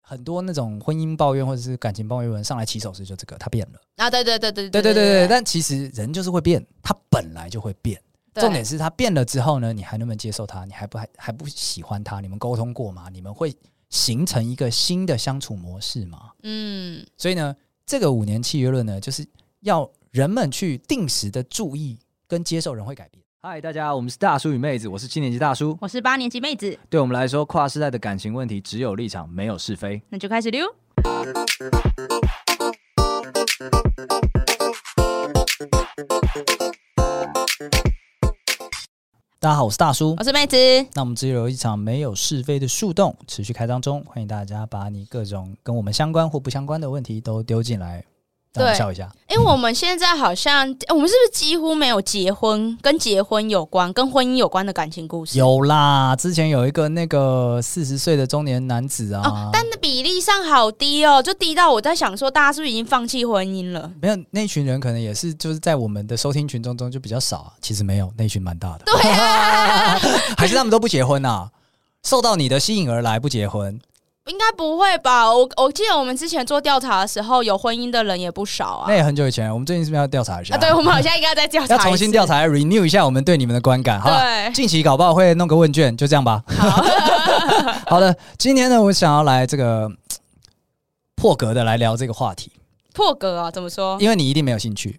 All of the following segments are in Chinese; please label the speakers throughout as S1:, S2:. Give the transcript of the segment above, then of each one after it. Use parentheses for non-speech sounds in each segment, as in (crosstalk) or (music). S1: 很多那种婚姻抱怨或者是感情抱怨文上来起手式就这个，他变了。
S2: 啊，对对对对
S1: 对对
S2: 对
S1: 对对，但其实人就是会变，他本来就会变。
S2: 对
S1: 重点是他变了之后呢，你还能不能接受他？你还不还还不喜欢他？你们沟通过吗？你们会形成一个新的相处模式吗？
S2: 嗯，
S1: 所以呢，这个五年契约论呢，就是要人们去定时的注意跟接受人会改变。
S3: 嗨，大家，我们是大叔与妹子，我是七年级大叔。
S4: 我是八年级妹子，
S3: 对我们来说，跨世代的感情问题只有立场，没有是非。
S4: 那就开始
S2: 哦
S4: 溜。
S1: 大家好，我是大叔
S2: 我。是妹子，哎
S1: 那我们只有一场没有是非的树洞持续开张中，欢迎大家把你各种跟我们相关或不相关的问题都丢进来，让我们
S2: 对
S1: 笑一下。
S2: 因为我们现在好像，诶我们是不是几乎没有结婚跟结婚有关、跟婚姻有关的感情故事？
S1: 有啦，之前有一个那个四十岁的中年男子啊，
S2: 哦，但那比例上好低哦，就低到我在想说，大家是不是已经放弃婚姻了？
S1: 没有那群人可能也是就是在我们的收听群众中就比较少、啊，其实没有那群蛮大的，
S2: 对啊，
S1: (laughs) 还是他们都不结婚啊？受到你的吸引而来不结婚，
S2: 应该不会吧？我我记得我们之前做调查的时候，有婚姻的人也不少啊
S1: 那。也很久以前了，我们最近是不是要调查一下？
S2: 啊，对，我们好像应该再调查，
S1: 要重新调。查 renew 一下我们对你们的观感，好吧？
S2: 对，
S1: 近期搞不好会弄个问卷，就这样吧。
S2: 好，
S1: 好的，今天呢，我想要来这个嘖破格的来聊这个话题，
S2: 破格啊，怎
S1: (laughs)
S2: 么说？
S1: 因为你一定没有兴趣。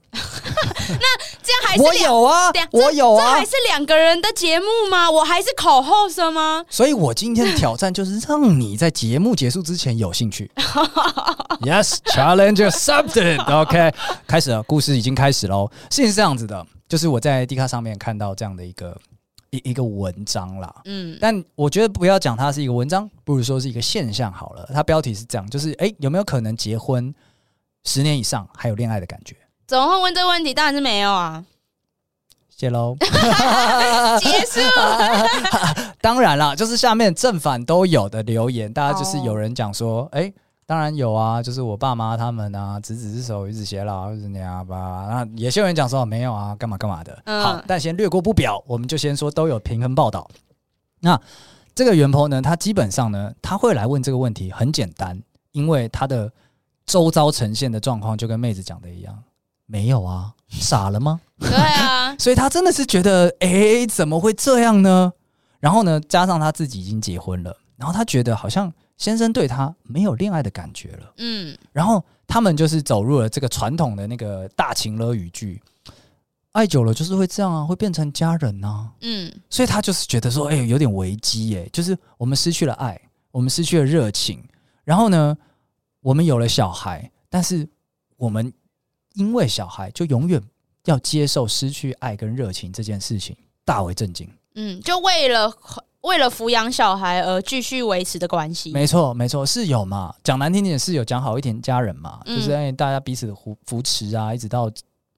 S2: 这样还是
S1: 我
S2: 两，
S1: 有啊
S2: 两，
S1: 我有
S2: 这
S1: 啊
S2: 还，是两个人的节目吗？我还是口后生吗？
S1: 所以我今天的挑战就是让你在节目结束之前有兴
S2: (laughs)
S1: 趣。yes, challenge accepted. (laughs) OK，开始了，故事已经开始喽。事情是这样子的，就是我在 D 卡上面看到这样的一个一一个文章啦，
S2: 嗯，
S1: 但我觉得不要讲它是一个文章，不如说是一个现象好了。它标题是这样，就是诶，有没有可能结婚十年以上还有恋爱的感觉？
S2: 怎么会问这个问题？当然是没有啊。
S1: 谢喽。
S2: 结束。
S1: 当然啦，就是下面正反都有的留言，大家就是
S2: 哦
S1: 有人讲说，诶，当然有啊，就是我爸妈他们啊，执子之手，与子偕老，或者你啊吧。那也有人讲说没有啊，干嘛干嘛的。
S2: 嗯
S1: 好，但先略过不表，我们就先说都有平衡报道。那这个袁鹏呢，他基本上呢，他会来问这个问题，很简单，因为他的周遭呈现的状况就跟妹子讲的一样，没有啊，傻了吗？
S2: 对啊，
S1: 所以他真的是觉得，诶，怎么会这样呢？然后呢，加上他自己已经结婚了，然后他觉得好像先生对他没有恋爱的感觉了。
S2: 嗯，
S1: 然后他们就是走入了这个传统的那个大情乐语句，爱久了就是会这样啊，会变成家人啊。
S2: 嗯，
S1: 所以他就是觉得说，哎、有点危机，哎，就是我们失去了爱，我们失去了热情，然后呢，我们有了小孩，但是我们因为小孩就永远要接受失去爱跟热情这件事情，大为震惊。
S2: 嗯，就为了为了抚养小孩而继续维持的关系。
S1: 没错，没错，是有嘛，讲难听点是有，讲好一点家人嘛，
S2: 嗯
S1: 就是哎、大家彼此的扶扶持啊，一直到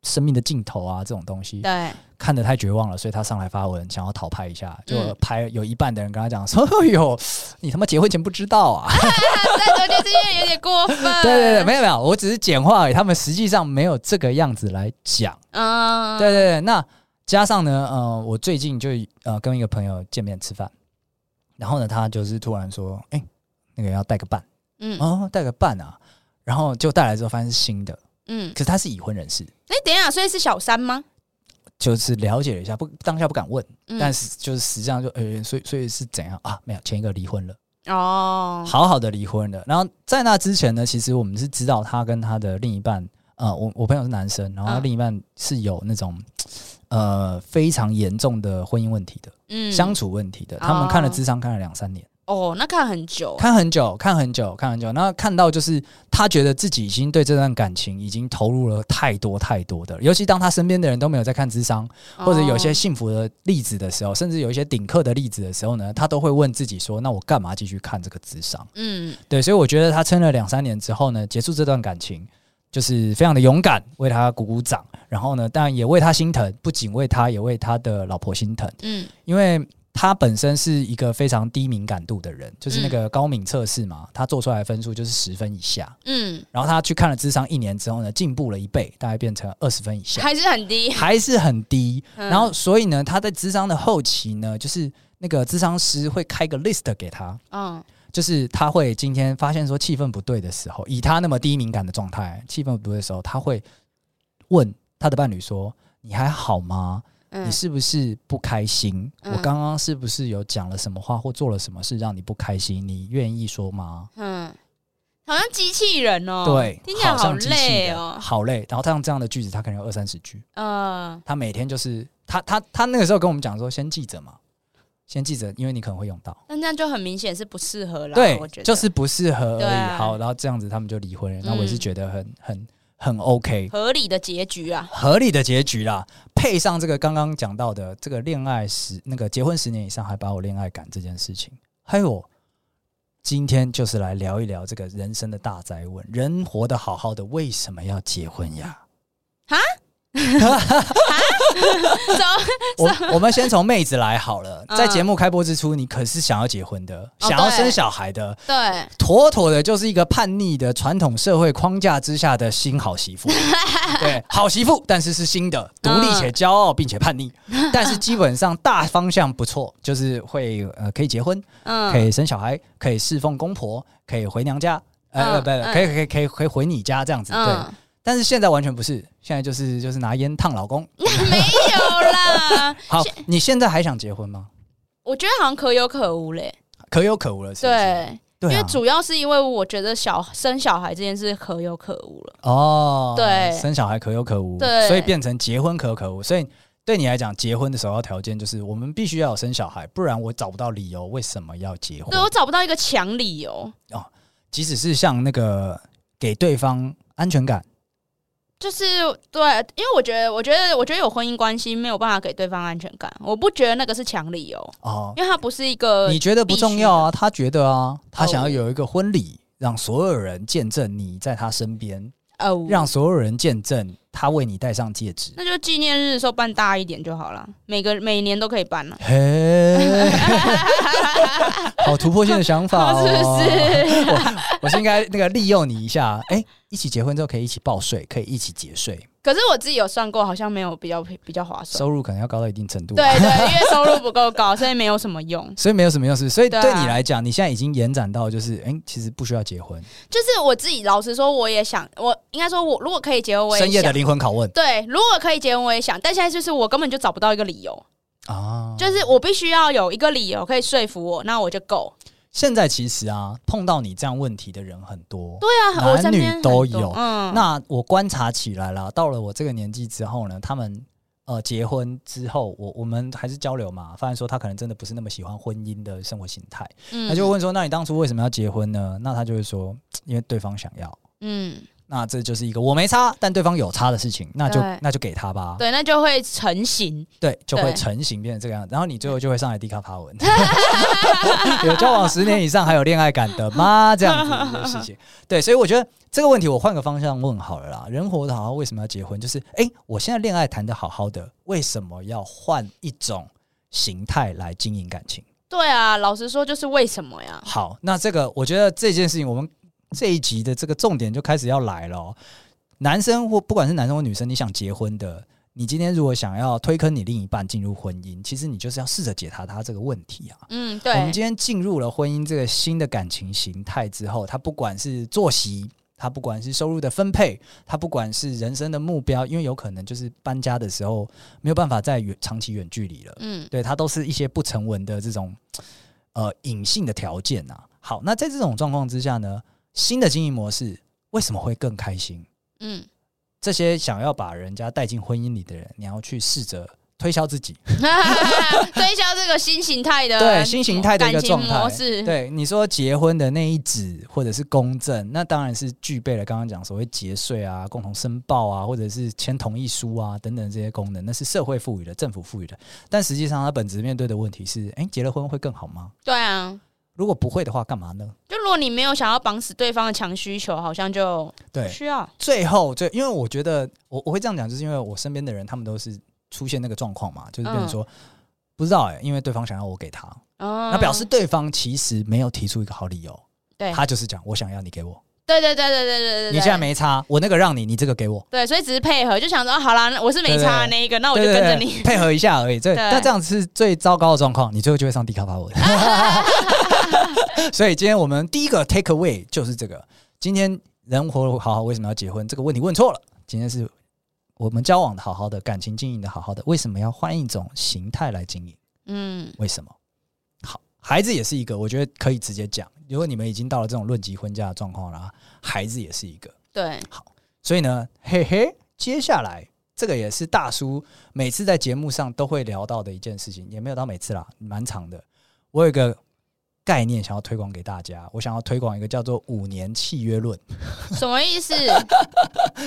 S1: 生命的尽头啊，这种东西。
S2: 对，
S1: 看得太绝望了，所以他上来发文想要讨拍一下，就
S2: 嗯
S1: 拍有一半的人跟他讲 (laughs) 说：“哎呦，你他妈结婚前不知道
S2: (laughs)
S1: 啊
S2: 但我觉得这些有点过分。！”
S1: 对对 (laughs) 对，没有没有，我只是简化而已，他们实际上没有这个样子来讲。
S2: 嗯，
S1: 对对对，那加上呢，呃，我最近就呃跟一个朋友见面吃饭，然后呢，他就是突然说：“哎、那个要带个伴
S2: 嗯
S1: 哦，带个伴啊。”然后就带来之后发现是新的，
S2: 嗯
S1: 可。是他是已婚人士，
S2: 哎，等一下，所以是小三吗？
S1: 就是了解了一下，不当下不敢问，
S2: 嗯
S1: 但是就是实际上就呃，所以所以是怎样啊？没有，前一个离婚了。
S2: 哦，
S1: 好好的离婚了。然后在那之前呢，其实我们是知道他跟他的另一半，呃，我我朋友是男生，然后他
S2: 嗯
S1: 另一半是有那种。呃，非常严重的婚姻问题的、
S2: 嗯
S1: 相处问题的，
S2: 哦
S1: 他们看了智商看了两三年，
S2: 哦，那看很久，
S1: 看很久，看很久，看很久，然后看到就是他觉得自己已经对这段感情已经投入了太多太多的，尤其当他身边的人都没有在看智商，或者有些
S2: 哦
S1: 幸福的例子的时候，甚至有一些顶客的例子的时候呢，他都会问自己说：那我干嘛继续看这个智商？
S2: 嗯
S1: 对，所以我觉得他撑了两三年之后呢，结束这段感情，就是非常的勇敢，为他鼓鼓掌。然后呢，当然也为他心疼，不仅为他，也为他的老婆心疼，
S2: 嗯
S1: 因为他本身是一个非常低敏感度的人，就是
S2: 嗯
S1: 那个高敏测试嘛，他做出来的分数就是十分以下。
S2: 嗯，
S1: 然后他去看了智商一年之后呢，进步了一倍，大概变成二十分以下，
S2: 还是很低。
S1: 还是很低。
S2: 嗯
S1: 然后所以呢，他在智商的后期呢，就是那个智商师会开个 list 给他。
S2: 嗯
S1: 就是他会今天发现说气氛不对的时候，以他那么低敏感的状态，气氛不对的时候，他会问他的伴侣说：“你还好吗？
S2: 嗯
S1: 你是不是不开心？
S2: 嗯
S1: 我刚刚是不是有讲了什么话或做了什么事让你不开心？你愿意说吗？”
S2: 嗯，好像机器人哦，
S1: 对，
S2: 听起来
S1: 好像机器
S2: 累
S1: 人
S2: 哦，
S1: 好累。然后他用这样的句子，他可能有二三十句。
S2: 嗯
S1: 他每天就是他他他那个时候跟我们讲说，先记着嘛，先记着，因为你可能会用到。
S2: 但这样就很明显是不适合啦，
S1: 对
S2: 我觉，得
S1: 就是不适合而
S2: 对
S1: 已。
S2: 啊
S1: 好，然后这样子他们就离婚了。那我也是
S2: 嗯
S1: 觉得很很很 OK，
S2: 合理的结局啊，
S1: 合理的结局啦。配上这个刚刚讲到的这个恋爱十那个结婚十年以上还把我恋爱感这件事情，还有今天就是来聊一聊这个人生的大灾问：人活得好好的，为什么要结婚
S2: (laughs)
S1: 呀？
S2: 走，
S1: 我我们先从妹子来好了，
S2: 嗯
S1: 在节目开播之初，你可是想要结婚的，
S2: 哦
S1: 想要
S2: 对
S1: 生小孩的，
S2: (laughs) 对，
S1: 妥妥的就是一个叛逆的传统社会框架之下的新好媳
S2: (laughs)
S1: 妇。对，好媳妇，但是是新的，独立且骄傲，并且叛
S2: (laughs)
S1: 逆，但是基本上大方向不错，就是会呃可以结婚，可
S2: 嗯，
S1: 以生小孩，可以侍奉公婆，可以回娘家，呃
S2: 嗯
S1: 不不，
S2: 嗯
S1: 可以可以可以可以回你家这样子。
S2: (laughs)
S1: 对，
S2: 嗯，
S1: 但是现在完全不是，现在就是就是拿烟烫老公。
S2: 没有啦，
S1: 好，你现在还想结婚吗？
S2: (laughs) 我觉得好像可有可无嘞，
S1: 可有可无了，是不是？
S2: 对，因
S1: 对啊
S2: 为主要是因为我觉得小生小孩这件事可有可无了，
S1: 哦，
S2: 对
S1: 生小孩可有可无，
S2: 对
S1: 所以变成结婚可有可无，所以。对你来讲，结婚的首要条件就是我们必须要有生小孩，不然我找不到理由为什么要结婚
S2: 对。我找不到一个强理由，
S1: 即使是像那个给对方安全感，
S2: 就是对，因为我觉得，我觉得，我觉得有婚姻关系没有办法给对方安全感，我不觉得那个是强理由，
S1: 哦，
S2: 因为它不是一个
S1: 你觉得不重要啊？他觉得啊，他
S2: 呃哦
S1: 想要有一个婚礼，让所有人见证你在他身边，
S2: 呃，
S1: 让所有人见证他为你戴上戒指。
S2: 那就纪念日的时候办大一点就好了，每个每年都可以办了，啊
S1: 嘿， (laughs) 好突破性的想法哦！
S2: 是不
S1: 我我是应该那个利用你一下，哎、一起结婚之后可以一起报税，可以一起节税，
S2: 可是我自己有算过，好像没有比较比较划算。
S1: 收入可能要高到一定程度。
S2: 对，对，因为收入不够高，所以没有什么
S1: (laughs)
S2: 用。
S1: 所以没有什么用是，所以对
S2: 对啊
S1: 你来讲，你现在已经延展到就是，哎、其实不需要结婚。
S2: 就是我自己老实说，我也想，我应该说我如果可以结婚，我
S1: 深
S2: 也
S1: 夜的
S2: 想。
S1: 灵魂拷问
S2: 对，如果可以结婚，我也想，但现在就是我根本就找不到一个理由，
S1: 啊，
S2: 就是我必须要有一个理由可以说服我，那我就够。
S1: 现在其实啊，碰到你这样问题的人很多。
S2: 对啊，我
S1: 男
S2: 身
S1: 女
S2: 边很
S1: 都
S2: 多
S1: 有
S2: 嗯，
S1: 那我观察起来了，到了我这个年纪之后呢，他们呃结婚之后，我我们还是交流嘛，发现说他可能真的不是那么喜欢婚姻的生活形态，
S2: 嗯
S1: 他就问说，那你当初为什么要结婚呢？那他就会说，因为对方想要。
S2: 嗯，
S1: 那这就是一个我没差，但对方有差的事情，那就
S2: 对
S1: 那就给他吧，
S2: 对，那就会成型。
S1: 对，就会
S2: 对
S1: 成型变成这个样子。然后你最后就会上来低卡发文， (laughs) 有交往十年以上还有恋爱感的吗？这样子的事情，对，所以我觉得这个问题我换个方向问好了啦。人活得好好，为什么要结婚？就是诶，我现在恋爱谈得好好的，为什么要换一种形态来经营感情？
S2: 对啊，老实说，就是为什么呀？
S1: 好，那这个我觉得这件事情，我们这一集的这个重点就开始要来了、哦。男生或不管是男生或女生，你想结婚的，你今天如果想要推坑你另一半进入婚姻，其实你就是要试着解答他这个问题啊。
S2: 嗯，
S1: 我们
S2: 对，
S1: 今天进入了婚姻这个新的感情形态之后，他不管是作息，他不管是收入的分配，他不管是人生的目标，因为有可能就是搬家的时候没有办法再远长期远距离了，
S2: 嗯
S1: 对，它都是一些不成文的这种呃隐性的条件啊。好，那在这种状况之下呢，新的经营模式为什么会更开心？
S2: 嗯，
S1: 这些想要把人家带进婚姻里的人，你要去试着推销自己，
S2: (laughs) 推销这个新形态的
S1: 对新形态的一个
S2: 感情
S1: 状态
S2: 模式，
S1: 对，你说结婚的那一纸或者是公证，那当然是具备了刚刚讲所谓节税啊、共同申报啊，或者是签同意书啊等等这些功能，那是社会赋予的、政府赋予的。但实际上，它本质面对的问题是：诶，结了婚会更好吗？
S2: 对啊。
S1: 如果不会的话，干嘛呢？
S2: 就如果你没有想要绑死对方的强需求，好像就不
S1: 对，
S2: 需要。
S1: 最后最，因为我觉得我我会这样讲，就是因为我身边的人他们都是出现那个状况嘛，就是变成说。不知道哎、因为对方想要我给他，
S2: 哦
S1: 那表示对方其实没有提出一个好理由，
S2: 对
S1: 他就是讲我想要你给我，
S2: 对对对对对对对，
S1: 你现在没差，我那个让你，你这个给我，
S2: 对，所以只是配合，就想说哦好啦，那我是没差
S1: 对对
S2: 的
S1: 对
S2: 那一个，那我就跟着你。
S1: 对对对配合一下而已。这
S2: 对 (laughs)
S1: 那这样是最糟糕的状况，你最后就会上迪卡发文。所以今天我们第一个 take away 就是这个：今天人活好好为什么要结婚？这个问题问错了。今天是我们交往的好好的，感情经营的好好的，为什么要换一种形态来经营？
S2: 嗯，
S1: 为什么？好，孩子也是一个，我觉得可以直接讲。如果你们已经到了这种论及婚嫁的状况了啊，孩子也是一个。
S2: 对，
S1: 所以呢，嘿嘿，接下来这个也是大叔每次在节目上都会聊到的一件事情，也没有到每次啦，蛮长的。我有一个概念想要推广给大家，我想要推广一个叫做五年契约论，
S2: 什么意思？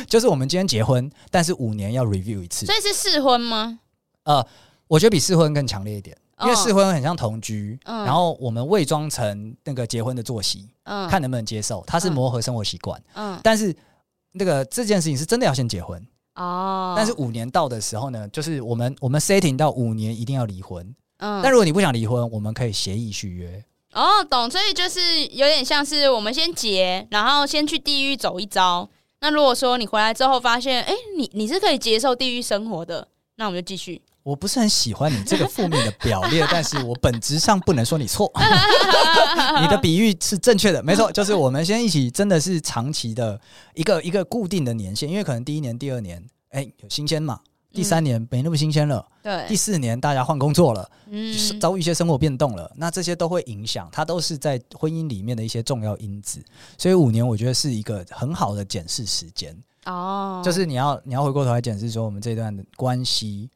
S1: 就是我们今天结婚，但是五年要 review 一次
S2: 所。以是试婚吗？
S1: 呃，我觉得比试婚更强烈一点， (laughs) 因为试
S2: 婚，
S1: 婚很像同居，
S2: 哦嗯
S1: 然后我们伪装成那个结婚的作息，
S2: 嗯
S1: 看能不能接受。它是磨合生活习惯，
S2: 嗯
S1: 但是那个这件事情是真的要先结婚。
S2: 哦，
S1: 但是五年到的时候呢，就是我们我们 setting 到五年一定要离婚。
S2: 嗯
S1: 但如果你不想离婚，我们可以协议续约。
S2: 哦，懂，所以就是有点像是我们先结，然后先去地狱走一遭。那如果说你回来之后发现，哎、你你是可以接受地狱生活的，那我们就继续。
S1: 我不是很喜欢你这个负面的表列，但是我本质上不能说你
S2: (laughs)
S1: 错，你的比喻是正确的，没错，就是我们先一起，真的是长期的一个一个固定的年限，因为可能第一年、第二年，哎、有新鲜嘛，第三年没那么新鲜了，第
S2: (laughs) 对，
S1: 四年大家换工作了，
S2: 嗯，
S1: 遭遇一些生活变动了，那这些都会影响，它都是在婚姻里面的一些重要因子。所以五年，我觉得是一个很好的检视时间，
S2: 哦，
S1: 就是你要你要回过头来检视说，我们这段关系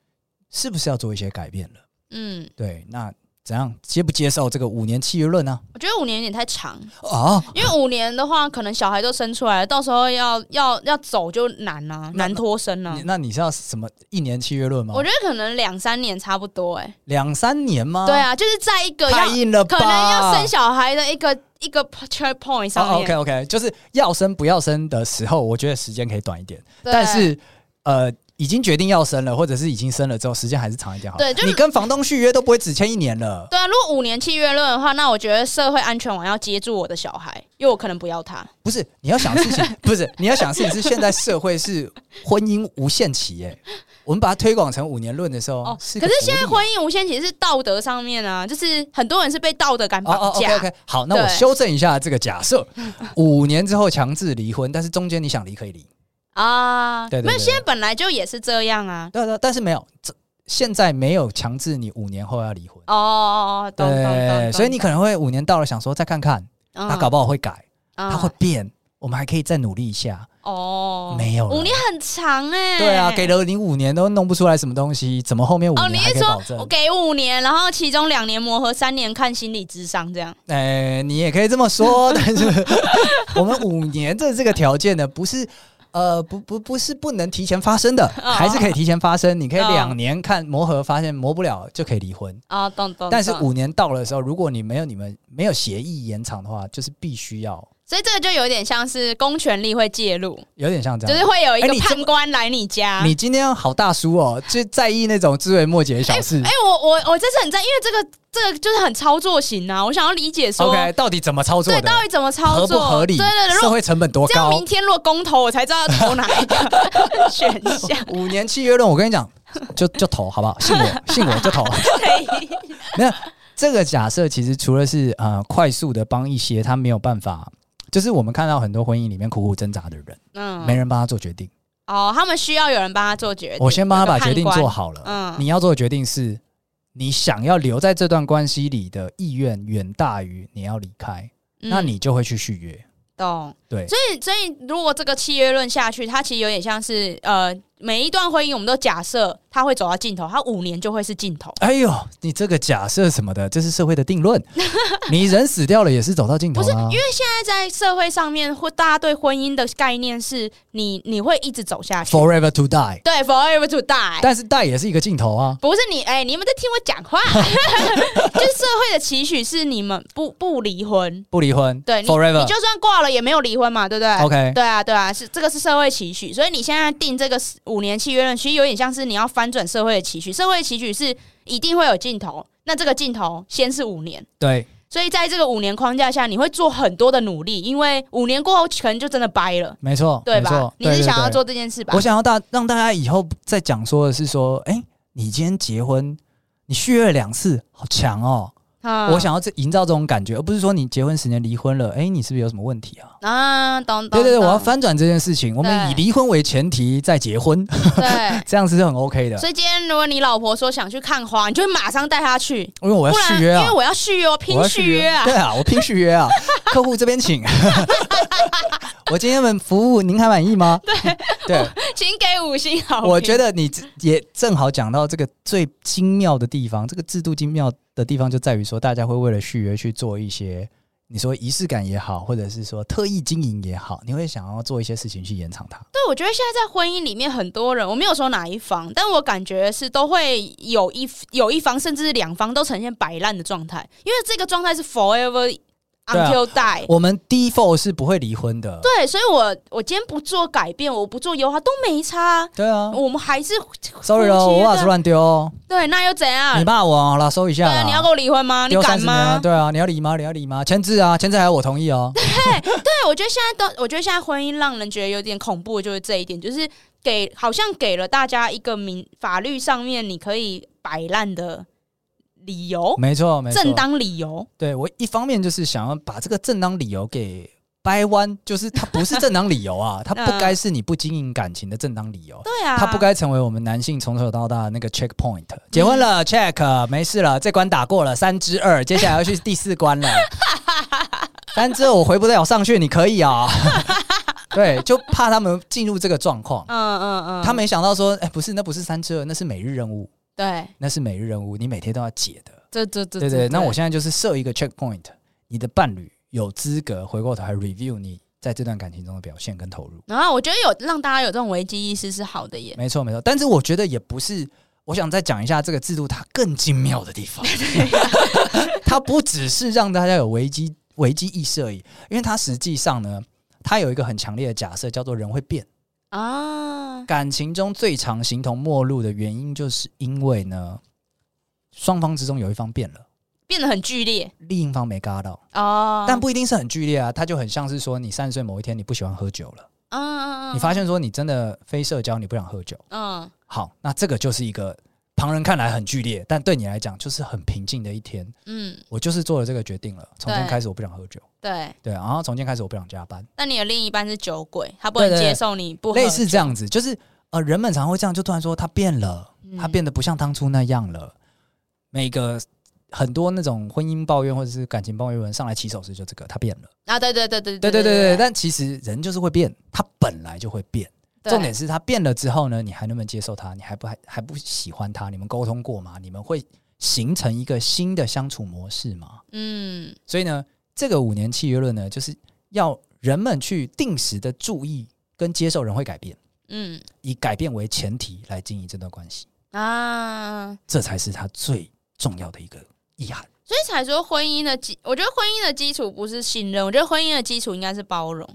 S1: 是不是要做一些改变了？
S2: 嗯，
S1: 对，那怎样接不接受这个五年契约论呢？
S2: 我觉得五年有点太长，
S1: 啊，
S2: 因为五年的话，可能小孩都生出来了，到时候要要要走就难啊，
S1: 那
S2: 难脱身啊
S1: 你。那你是要什么一年契约论吗
S2: 我？觉得可能两三年差不多、欸，
S1: 两三年吗？
S2: 对，啊，就是在一个
S1: 太
S2: 要
S1: 硬了吧？
S2: 可能要生小孩的一个一个 check point 上面。
S1: 哦、OK OK，就是要生不要生的时候，我觉得时间可以短一点。
S2: 对
S1: 但是呃，已经决定要生了，或者是已经生了之后，时间还是长一点好。
S2: 对就是
S1: 你跟房东续约都不会只签一年了。
S2: 对啊，如果五年契约论的话，那我觉得社会安全网要接住我的小孩，因为我可能不要他。
S1: 不是，你要想的事
S2: (laughs)
S1: 情不是，你要想的事情是现在社会是婚姻无限期耶。我们把它推广成五年论的时候，
S2: 哦，
S1: 是
S2: 可是现在婚
S1: 姻
S2: 姻无限期是道德上面啊，就是很多人是被道德感
S1: 哦哦
S2: 绑
S1: ，OK
S2: 架。
S1: OK，好，那我
S2: 对
S1: 修正一下这个假设，五年之后强制离婚，但是中间你想离可以离。
S2: 啊，
S1: 对对对
S2: 没有，现在本来就也是这样啊。
S1: 对对，但是没有，这现在没有强制你五年后要离婚。
S2: 哦，懂懂懂懂
S1: 对，
S2: 嗯
S1: 所以你可能会五年到了想说再看看，他搞不好会改，
S2: 他
S1: 他会变，我们还可以再努力一下。
S2: 哦，
S1: 没有了
S2: 五年很长哎、
S1: 对啊，给了你五年都弄不出来什么东西，怎么后面五
S2: 哦，
S1: 年
S2: 你
S1: 还
S2: 是
S1: 可以保
S2: 说
S1: 证
S2: 我？给五年，然后其中两年磨合，三年看心理智商这样？
S1: 哎，你也可以这么说，但是我们五年的这个条件呢，不是。呃，不不不是不能提前发生的，(laughs)
S2: 哦
S1: 还是可以提前发生。你可以
S2: 哦
S1: 两年看磨合，发现磨不了就可以离婚。
S2: 哦，懂懂。懂
S1: 但是五年到了的时候，如果你没有你们没有协议延长的话，就是必须要
S2: 所以这个就有点像是公权力会介入，
S1: 有点像这
S2: 就
S1: 样。
S2: 是会有一
S1: 哎
S2: 个
S1: 你这么
S2: 判官来你家。
S1: 你今天好大叔哦，就在意那种枝微末节的小事。
S2: 哎、我我我这次很在，因为这个这个就是很操作型啊，我想要理解说
S1: OK，到底怎么操作
S2: 对，
S1: 的？
S2: 到底怎么操
S1: 合
S2: 作，
S1: 不合理？
S2: 对对对，如
S1: 社
S2: 果
S1: 会成本多
S2: 这样
S1: 高
S2: 明？天落公投，我才知道要投哪一个选项。
S1: (laughs) 五年契约论，我跟你讲，就就投好不好？信我，信我就投。
S2: 对，
S1: 没有这个假设，其实除了是呃快速的帮一些他没有办法，就是我们看到很多婚姻里面苦苦挣扎的人，
S2: 嗯
S1: 没人帮他做决定。
S2: 哦，他们需要有人帮他做决定，
S1: 我先帮他把决定做
S2: 好。
S1: 好了。
S2: 嗯
S1: 你要做的决定是，你想要留在这段关系里的意愿远大于你要离开，那
S2: 嗯
S1: 你就会去续约。
S2: 懂？
S1: 对
S2: 所以所以如果这个契约论下去，它其实有点像是呃，每一段婚姻我们都假设它会走到尽头，它五年就会是尽头。
S1: 哎呦，你这个假设什么的，这是社会的定
S2: (laughs)
S1: 论。你人死掉了也是走到尽头啊
S2: 不是，
S1: 啦、
S2: 因为现在在社会上面，或大家对婚姻的概念是你你会一直走下去
S1: forever to die，
S2: 对，forever to die。
S1: 但是 die 也是一个尽头啊。
S2: 不是你，哎、你们在听我讲话， (laughs) 就是社会的期许是你们不不离婚，
S1: 不离婚，
S2: 对你
S1: ，forever
S2: 你就算挂了也没有离婚嘛，对不对
S1: OK
S2: 对啊，对啊，是这个是社会期许，所以你现在定这个五年契约论，其实有点像是你要翻转社会的期许，社会的期许是一定会有尽头，那这个尽头先是五年。
S1: 对
S2: 所以在这个五年框架下，你会做很多的努力，因为五年过后可能就真的掰了，
S1: 没错，
S2: 对
S1: 没
S2: 吧
S1: 错？
S2: 你是想要？
S1: 对对
S2: 做这件事吧
S1: 对我？想要大让大家以后再讲说的是说，哎、你今天结婚，你续约了两次，好强哦，
S2: 啊
S1: 我想要这营造这种感觉，而不是说你结婚十年离婚了，哎、你是不是有什么问题啊？
S2: 啊，懂懂，
S1: 对对对，我
S2: 懂
S1: 要翻转这件事情，我们以
S2: 对
S1: 离婚为前提再结婚， (laughs)
S2: 对。
S1: 这样是很 OK 的，
S2: 所以今天如果你老婆说想去看花，你就会马上带她去，
S1: 因为我要
S2: 不
S1: 续
S2: 然
S1: 约啊
S2: 因为，我要续约，我拼
S1: 我要
S2: 续约啊
S1: 对。啊，我拼续
S2: (laughs)
S1: 约啊，客户这边请。 (laughs) 我今天的服务您还满意吗？
S2: 哦
S1: 对，
S2: 请给五星好评。
S1: 我觉得你这也正好讲到这个最精妙的地方，这个制度精妙的地方就在于说，大家会为了续约去做一些你说仪式感也好，或者是说特意经营也好，你会想要做一些事情去延长它。
S2: 对，我觉得现在在婚姻里面，很多人我没有说哪一方，但我感觉是都会有一有一方甚至是两方都呈现摆烂的状态，因为这个状态是 forever
S1: 对啊
S2: until die。
S1: 我们 default 是不会离婚的，
S2: 对，所以我我今天不做改变，我不做优化都没差啊，
S1: 对啊
S2: 我们还是
S1: ，sorry
S2: 夫
S1: 哦，
S2: 妻
S1: 我袜子
S2: 的
S1: 乱丢哦，
S2: 对，那又怎样
S1: 你？骂我好了，收一
S2: 对
S1: 下啦。
S2: 啊，你要跟我离婚吗？你
S1: 丢
S2: 敢
S1: 30年啊
S2: 吗？
S1: 对啊，你要离吗？你要离吗？签字啊，签字还要我同意哦。
S2: 对，啊我觉得现在都，我觉得现在婚姻让人觉得有点恐怖，就是这一点，就是给好像给了大家一个明法律上面你可以摆烂的理由，
S1: 没错，没错，
S2: 哦正当理由。
S1: 对我一方面就是想要把这个正当理由给掰弯，就是它不是正当理由
S2: (laughs)
S1: 啊，它不该是你不经营感情的正当理由。
S2: 对啊，
S1: 它不该成为我们男性从小到大的那个 checkpoint。结婚
S2: 嗯
S1: 了、check，没事了，这关打过了，三之二，接下来要去第四关了。
S2: (laughs)
S1: 三之二我回不了上去，你可以
S2: (laughs)
S1: 啊、对，就怕他们进入这个状况。
S2: 嗯，嗯嗯嗯，
S1: 他没想到说，哎、不是，那不是三之二，那是每日任务，
S2: 对，
S1: 那是每日任务，你每天都要解的。
S2: 这这这
S1: 对对，那我现在就是设一个 checkpoint，你的伴侣有资格回过头来 review 你在这段感情中的表现跟投入。
S2: 然后我觉得有让大家有这种危机意识是好的耶。
S1: 没错没错，但是我觉得也不是，我想再讲一下这个制度它更精妙的地方， (laughs) 它不只是让大家有危机危机意识而已，因为它实际上呢，它有一个很强烈的假设叫做人会变。
S2: 啊，
S1: 感情中最常形同陌路的原因，就是因为呢，双方之中有一方变了，
S2: 变得很剧烈
S1: 另一方没嘎到。
S2: 哦，
S1: 但不一定是很剧烈啊，它就很像是说，你三十岁某一天你不喜欢喝酒了，
S2: 嗯，嗯嗯，
S1: 你发现说你真的非社交，你不想喝酒，
S2: 嗯
S1: 好，那这个就是一个旁人看来很剧烈，但对你来讲就是很平静的一天。
S2: 嗯
S1: 我就是做了这个决定了，从今
S2: 对
S1: 开始我不想喝酒，
S2: 对。
S1: 对，然后从今开始我不想加班，
S2: 那你的另一半是酒鬼，他不
S1: 对
S2: 能
S1: 对对
S2: 接受你不
S1: 类
S2: 合
S1: 似这样子，就是呃，人们常会这样，就突然说他变了，他
S2: 嗯
S1: 变得不像当初那样了。每个很多那种婚姻抱怨或者是感情抱怨文上来起手时就这个，他变了。
S2: 啊，对对对对
S1: 对对
S2: 对
S1: 对对，但其实人就是会变，他本来就会变。
S2: 对
S1: 重点是他变了之后呢，你还能不能接受他？你还不还还不喜欢他？你们沟通过吗？你们会形成一个新的相处模式吗？
S2: 嗯
S1: 所以呢，这个五年契约论呢，就是要人们去定时的注意跟接受人会改变，
S2: 嗯
S1: 以改变为前提来经营这段关系，
S2: 啊，
S1: 这才是他最重要的一个意涵。
S2: 所以才说婚姻的基，我觉得婚姻的基础不是信任，我觉得婚姻的基础应该是包容。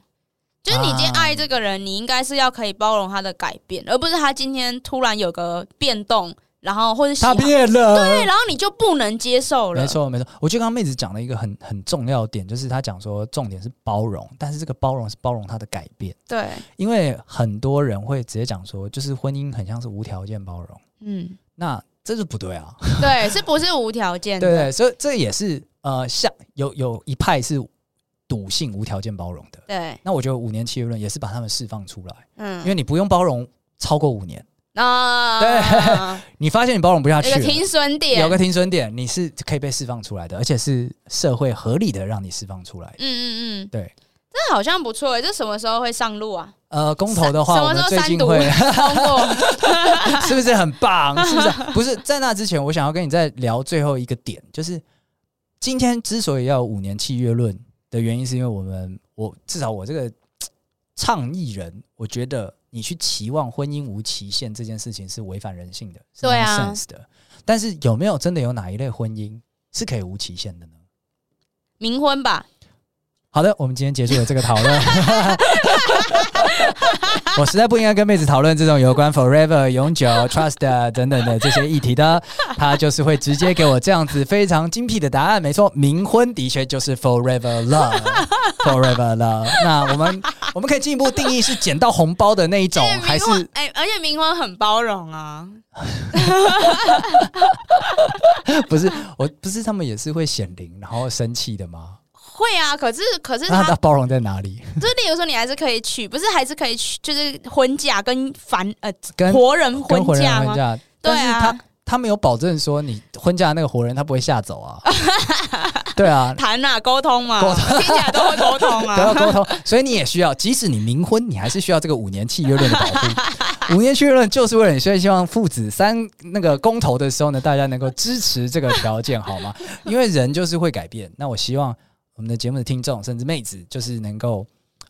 S2: 就是你今天
S1: 啊
S2: 爱这个人，你应该是要可以包容他的改变，而不是他今天突然有个变动，然后或者喜
S1: 他
S2: 好
S1: 变了，
S2: 对，然后你就不能接受了。
S1: 没，错，没错。我觉得刚刚妹子讲了一个很很重要的点，就是她讲说重点是包容，但是这个包容是包容她的改变， (laughs)
S2: 对，
S1: 因为很多人会直接讲说，就是婚姻很像是无条件包容，
S2: 嗯，
S1: 那这是不对
S2: (laughs)
S1: 啊，
S2: 对，是不是无条件
S1: 对
S2: 的？
S1: 不对？所以这也是呃，像有有一派是笃信无条件包容的，
S2: 对，
S1: 那我觉得五年契约论也是把他们释放出来，
S2: 嗯，
S1: 因为你不用包容超过五年，
S2: 啊，
S1: (laughs) 你发现你包容不下去
S2: 有个
S1: 了。
S2: 停损点，
S1: 有个停损点，你是可以被释放出来的，而且是社会合理的让你释放出来的。
S2: 嗯嗯嗯，
S1: 对，
S2: 这好像不错欸，这什么时候会上路啊？
S1: 呃，公投的话，
S2: 什
S1: 我
S2: 么
S1: 们
S2: 时候
S1: 最
S2: 三
S1: 近
S2: 读
S1: 会
S2: (laughs) 通过？
S1: (laughs) 是不是很
S2: (laughs)
S1: 棒？是不是？不是在那之前，我想要跟你再聊最后一个点，就是今天之所以要有五年契约论的原因，是因为我们我至少我这个倡议人，我觉得你去期望婚姻无期限这件事情是违反人性的，是
S2: 对啊
S1: nonsense 的。但是有没有真的有哪一类婚姻是可以无期限的呢？
S2: 冥婚吧，
S1: 好的，我们今天结束了这个讨论。 (laughs) 我实在不应该跟妹子讨论这种有关 forever 永久 trust 等等的这些议题的，她就是会直接给我这样子非常精辟的答案。 (laughs) 没错，冥婚的确就是 forever love，forever love。那我们我们可以进一步定义是捡到红包的那一种，
S2: 而且
S1: 还
S2: 冥
S1: 是
S2: 婚哎、而且冥婚很包容啊，
S1: (laughs) 不是？我不是他们也是会显灵然后生气的吗？
S2: 会啊。可是可是
S1: 那他
S2: 他
S1: 的，包容在哪里？
S2: 就例如说，你还是可以娶，不是还是可以娶，就是婚嫁跟凡呃
S1: 跟
S2: 活人
S1: 跟
S2: 婚
S1: 魂人
S2: 嫁
S1: 婚
S2: 吗？
S1: 嫁，
S2: 对
S1: 但是
S2: 啊
S1: 他，他没有保证说你婚嫁的那个活人他不会吓走
S2: (laughs)
S1: 啊。对啊，
S2: 谈啊，沟通嘛，
S1: 沟
S2: 听起来都会沟通
S1: (laughs) 都要
S2: 啊。
S1: 沟通，所以你也需要，即使你冥婚，你还是需要这个五年契约论的保护。
S2: (laughs)
S1: 五年契约论就是为了你，所以希望父子三那个公投的时候呢，大家能够支持这个条件，好吗？因为人就是会改变。那我希望我们的节目的听众，甚至妹子，就是能够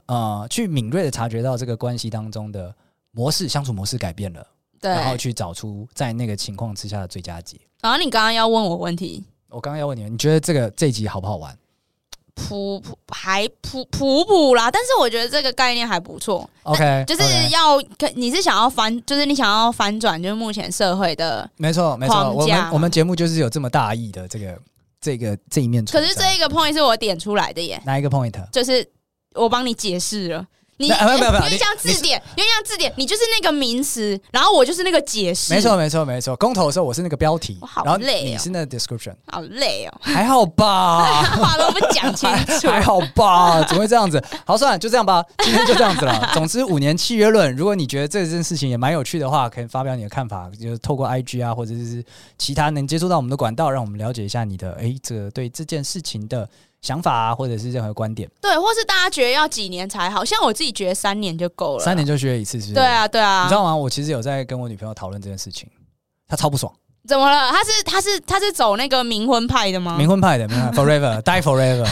S1: 呃去敏锐的察觉到这个关系当中的模式相处模式改变了，
S2: 对，
S1: 然后去找出在那个情况之下的最佳解。
S2: 然后你刚刚要问我问题，
S1: 我刚刚要问你们，你觉得这个这一集好不好玩？
S2: 普普还普普普啦，但是我觉得这个概念还不错，
S1: OK，
S2: 呃就是
S1: ，OK
S2: 要可你是想要反，就是你想要反转，就是目前社会的。
S1: 没错，没错，
S2: 框
S1: 我
S2: 架
S1: 们
S2: 嘛
S1: 我们节目就是有这么大意的这个这个这一面
S2: 可
S1: 存在。
S2: 是这一个 point 是我点出来的耶，
S1: 哪一个 point？
S2: 就是我帮你解释了。你哎
S1: 没有没有没有
S2: 因
S1: 你
S2: 为像字典，因为像字典，你就是那个名词，然后我就是那个解释，
S1: 没，错，没错，没错。公投的时候我是那个标题，
S2: 我好
S1: 然后
S2: 累哦
S1: 你是那个 description，
S2: 好累哦，
S1: 还好吧？
S2: 话都不讲清
S1: 还 (laughs)
S2: 楚。
S1: 还好吧？怎么会这样子？好，算了，就这样吧。 (laughs) 今天就这样子了。总之，五年契约论，如果你觉得这件事情也蛮有趣的话，可以发表你的看法，就是透过 IG 啊，或者是其他能接触到我们的管道，让我们了解一下你的诶，这个对这件事情的想法啊，或者是任何观点。
S2: 对，或是大家觉得要几年才好，像我自己觉得三年就够了，
S1: 三年就学一次，是不是？
S2: 对啊，对啊，
S1: 你知道吗？我其实有在跟我女朋友讨论这件事情，她超不爽，
S2: 怎么了？他是他是他是走那个冥婚派
S1: (laughs)
S2: 的吗？
S1: 冥婚派的，冥婚
S2: (laughs)
S1: 派 forever die forever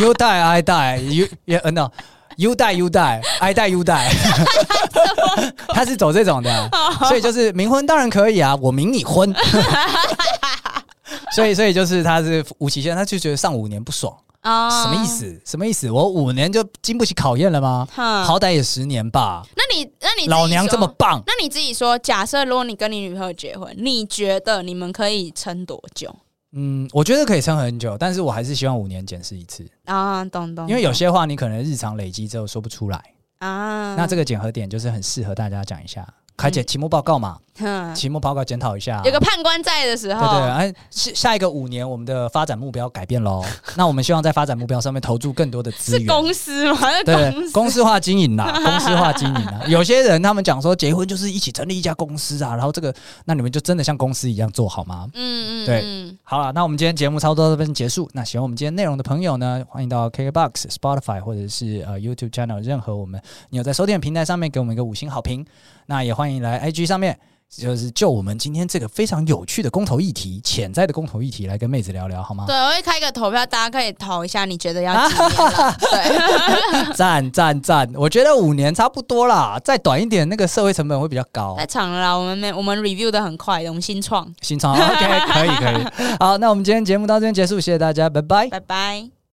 S1: you die I die you yeah, uh, no you die you die I die you
S2: (laughs)
S1: die，她是走这种的，啊
S2: 哦
S1: 所以就是冥婚当然可以啊，我冥你
S2: (laughs)
S1: 婚，所以所以就是她是无期限，她就觉得上五年不爽，
S2: 啊
S1: 什么意？思？什么意思？我五年就经不起考验了吗？
S2: 哈
S1: 好歹也十年吧，
S2: 那你那嗯你自己
S1: 老娘这么
S2: 说，
S1: 棒，
S2: 那你自己说，假设如果你跟你女朋友结婚，你觉得你们可以撑多久？
S1: 嗯，我觉得可以撑很久，但是我还是希望五年检视一次。
S2: 啊，懂懂，
S1: 因为有些话你可能日常累积之后说不出来，
S2: 啊，
S1: 那这个检核点就是很适合大家讲一下。凯姐，期末报告嘛，
S2: 哼
S1: 期末报告检讨一下。
S2: 嗯有个判官在的时
S1: 对对，
S2: 候，
S1: 哎，下下一个五年我们的发展目标改变
S2: (laughs)
S1: 喽，那我们希望在发展目标上面投注更多的资
S2: 是
S1: 源。
S2: 公司吗？是公
S1: 啊对，
S2: 司
S1: 公司化经营
S2: (laughs)
S1: 啦，公司化经营啦。有些人他们讲说结婚就是一起成立一家公司啊，然后这个，那你们就真的像公司一样做好吗？
S2: 嗯嗯
S1: 对
S2: 嗯，
S1: 好了，那我们今天节目差不多到这边结束。那喜欢我们今天内容的朋友呢，欢迎到 KKBox、Spotify 或者是呃 YouTube channel 任何我们你有在收听的平台上面给我们一个五星好评。那也欢迎来 IG 上面，就是就我们今天这个非常有趣的公投议题、潜在的公投议题来跟妹子聊聊好吗 (laughs)
S2: 对，？我会开一个投票，大家可以投一下，你觉得要
S1: 啊
S2: 几年啦？对，
S1: 赞赞赞！我觉得五年差不多啦，再短一点那个社会成本会比较高
S2: 太。长了啦，我们没我们 review 的很快的，我们新创，
S1: 新创 OK 可以可以。好，那我们今天节目到这边结束，谢谢大家，拜拜。
S2: 拜拜。